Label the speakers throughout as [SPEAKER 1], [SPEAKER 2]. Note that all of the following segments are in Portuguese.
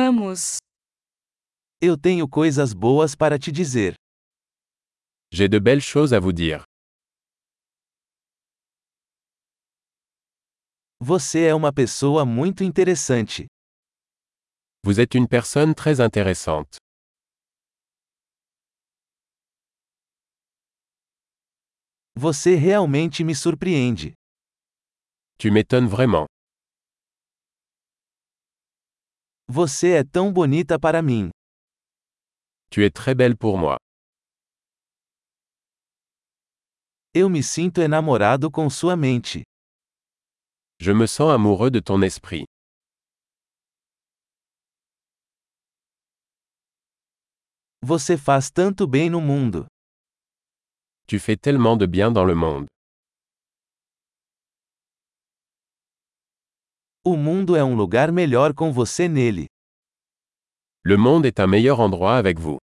[SPEAKER 1] Vamos.
[SPEAKER 2] Eu tenho coisas boas para te dizer.
[SPEAKER 3] J'ai de belles choses à vous dire.
[SPEAKER 2] Você é uma pessoa muito interessante.
[SPEAKER 3] Vous êtes une personne très intéressante.
[SPEAKER 2] Você realmente me surpreende.
[SPEAKER 3] Tu m'étonnes vraiment.
[SPEAKER 2] Você é tão bonita para mim.
[SPEAKER 3] Tu es très belle pour moi.
[SPEAKER 2] Eu me sinto enamorado com sua mente.
[SPEAKER 3] Je me sens amoureux de ton esprit.
[SPEAKER 2] Você faz tanto bem no mundo.
[SPEAKER 3] Tu fais tellement de bien dans le monde.
[SPEAKER 2] O mundo é um lugar melhor com você nele.
[SPEAKER 3] Le monde est un meilleur endroit avec vous.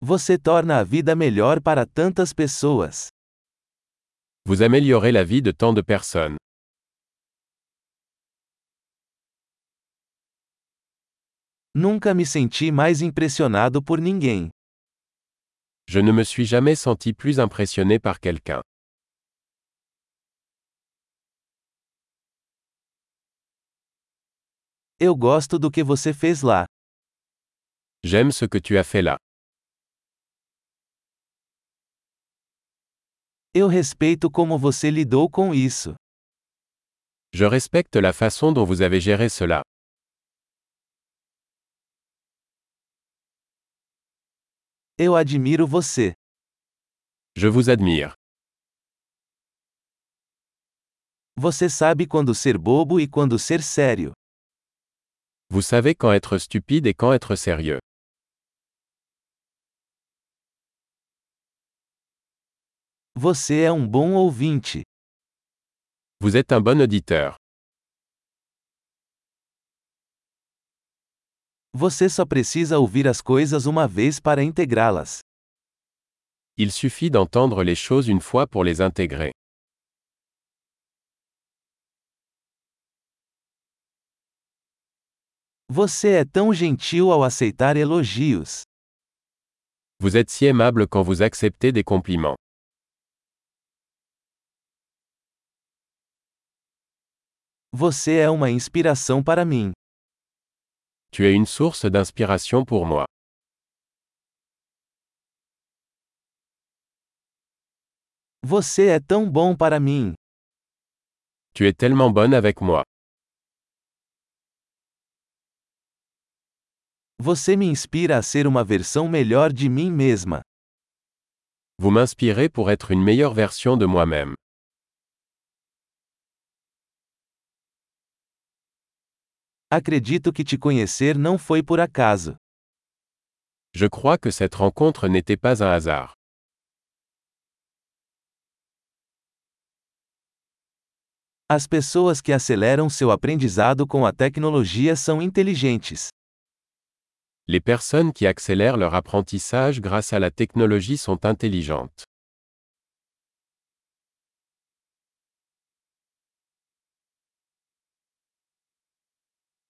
[SPEAKER 2] Você torna a vida melhor para tantas pessoas.
[SPEAKER 3] Vous améliorez la vie de tant de personnes.
[SPEAKER 2] Nunca me senti mais impressionado por ninguém.
[SPEAKER 3] Je ne me suis jamais senti plus impressionné par quelqu'un.
[SPEAKER 2] Eu gosto do que você fez lá.
[SPEAKER 3] J'aime ce que tu as fait là.
[SPEAKER 2] Eu respeito como você lidou com isso.
[SPEAKER 3] Je respecte la façon dont vous avez géré cela.
[SPEAKER 2] Eu admiro você.
[SPEAKER 3] Je vous admire.
[SPEAKER 2] Você sabe quando ser bobo e quando ser sério.
[SPEAKER 3] Vous savez quand être stupide et quand être sérieux.
[SPEAKER 2] Você é um bom ouvinte.
[SPEAKER 3] Vous êtes un bon auditeur.
[SPEAKER 2] Você só precisa ouvir as coisas uma vez para integrá-las.
[SPEAKER 3] Il suffit d'entendre les choses une fois pour les intégrer.
[SPEAKER 2] Você é tão gentil ao aceitar elogios.
[SPEAKER 3] Vous êtes si aimable quand vous acceptez des compliments.
[SPEAKER 2] Você é uma inspiração para mim.
[SPEAKER 3] Tu es une source d'inspiration pour moi.
[SPEAKER 2] Você é tão bom para mim.
[SPEAKER 3] Tu es tellement bonne avec moi.
[SPEAKER 2] Você me inspira a ser uma versão melhor de mim mesma.
[SPEAKER 3] Vous m'inspirez pour être une meilleure version de moi-même.
[SPEAKER 2] Acredito que te conhecer não foi por acaso.
[SPEAKER 3] Je crois que cette rencontre n'était pas un hasard.
[SPEAKER 2] As pessoas que aceleram seu aprendizado com a tecnologia são inteligentes.
[SPEAKER 3] Les personnes qui accélèrent leur apprentissage grâce à la technologie sont intelligentes.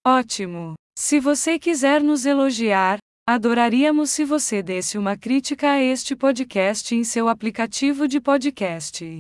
[SPEAKER 1] Ótimo! Se você quiser nos elogiar, adoraríamos se você desse uma crítica a este podcast em seu aplicativo de podcast.